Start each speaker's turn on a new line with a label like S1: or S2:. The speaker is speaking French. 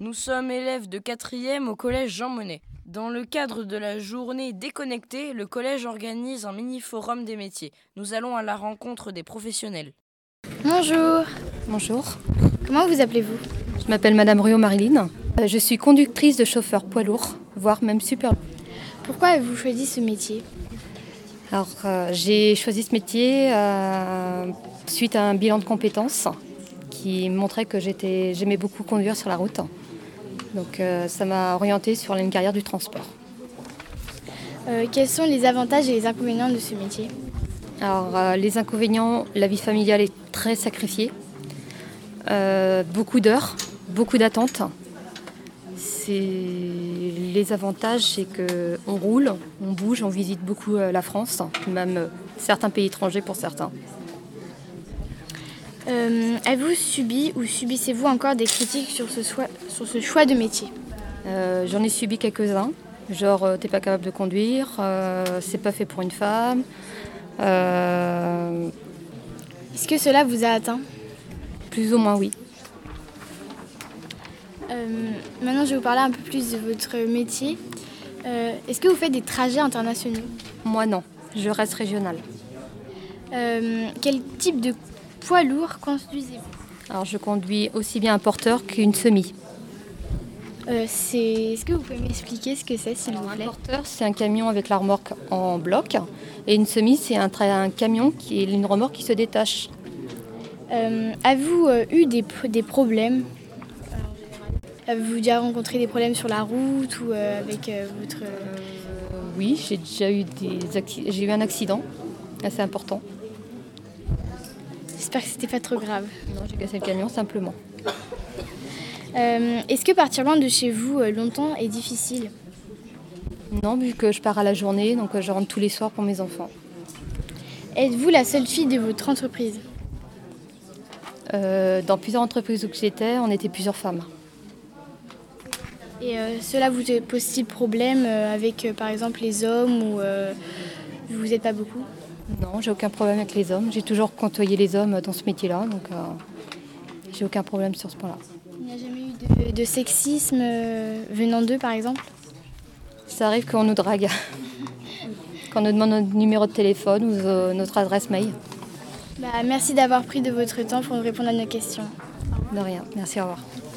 S1: Nous sommes élèves de 4e au collège Jean Monnet. Dans le cadre de la journée déconnectée, le collège organise un mini-forum des métiers. Nous allons à la rencontre des professionnels.
S2: Bonjour,
S3: Bonjour,
S2: comment vous appelez-vous
S3: je m'appelle Madame Rio Marilyn. Euh, Je suis conductrice de chauffeur poids lourd, voire même super.
S2: Pourquoi avez-vous choisi ce métier
S3: Alors euh, j'ai choisi ce métier euh, suite à un bilan de compétences qui montrait que j'étais, j'aimais beaucoup conduire sur la route. Donc euh, ça m'a orientée sur une carrière du transport.
S2: Euh, Quels sont les avantages et les inconvénients de ce métier
S3: Alors, euh, les inconvénients, la vie familiale est très sacrifiée. Euh, beaucoup d'heures, beaucoup d'attentes. C'est- Les avantages, c'est qu'on roule, on bouge, on visite beaucoup euh, la France, même euh, certains pays étrangers pour certains.
S2: Euh, Avez-vous subi ou subissez-vous encore des critiques sur ce, soi- sur ce choix de métier
S3: Euh, J'en ai subi quelques-uns, genre euh, t'es pas capable de conduire, euh, c'est pas fait pour une femme. Euh,
S2: Est-ce que cela vous a atteint
S3: plus ou moins oui.
S2: Euh, Maintenant, je vais vous parler un peu plus de votre métier. Euh, Est-ce que vous faites des trajets internationaux
S3: Moi non, je reste régionale.
S2: Euh, Quel type de poids lourd conduisez-vous
S3: Alors je conduis aussi bien un porteur qu'une semi.
S2: Euh, c'est- Est-ce que vous pouvez m'expliquer ce que c'est, s'il vous
S3: Alors, Un
S2: plaît
S3: porteur, c'est un camion avec la remorque en bloc. Et une semi, c'est un, tra- un camion qui est une remorque qui se détache.
S2: Euh, Avez-vous euh, eu des, p- des problèmes Euh, Avez-vous déjà rencontré des problèmes sur la route ou euh, avec euh, votre...
S3: Euh, oui, j'ai déjà eu des acci- j'ai eu un accident assez important.
S2: J'espère que c'était pas trop grave.
S3: Non, j'ai cassé le camion simplement.
S2: Euh, Est-ce que partir loin de chez vous euh, longtemps est difficile
S3: Non, vu que je pars à la journée, donc euh, je rentre tous les soirs pour mes enfants.
S2: Êtes-vous la seule fille de votre entreprise
S3: Euh, dans plusieurs entreprises où que j'étais, on était plusieurs femmes.
S2: Et euh, cela vous pose-t-il problème euh, avec euh, par exemple les hommes ou euh, vous n'êtes pas beaucoup
S3: Non, j'ai aucun problème avec les hommes. J'ai toujours côtoyé les hommes dans ce métier-là, donc euh, j'ai aucun problème sur ce point-là.
S2: Il n'y a jamais eu de, de sexisme euh, venant d'eux par exemple
S3: Ça arrive qu'on nous drague, qu'on nous demande notre numéro de téléphone ou euh, notre adresse mail.
S2: Bah, Merci d'avoir pris de votre temps pour répondre à nos questions.
S3: De rien. Merci, au revoir.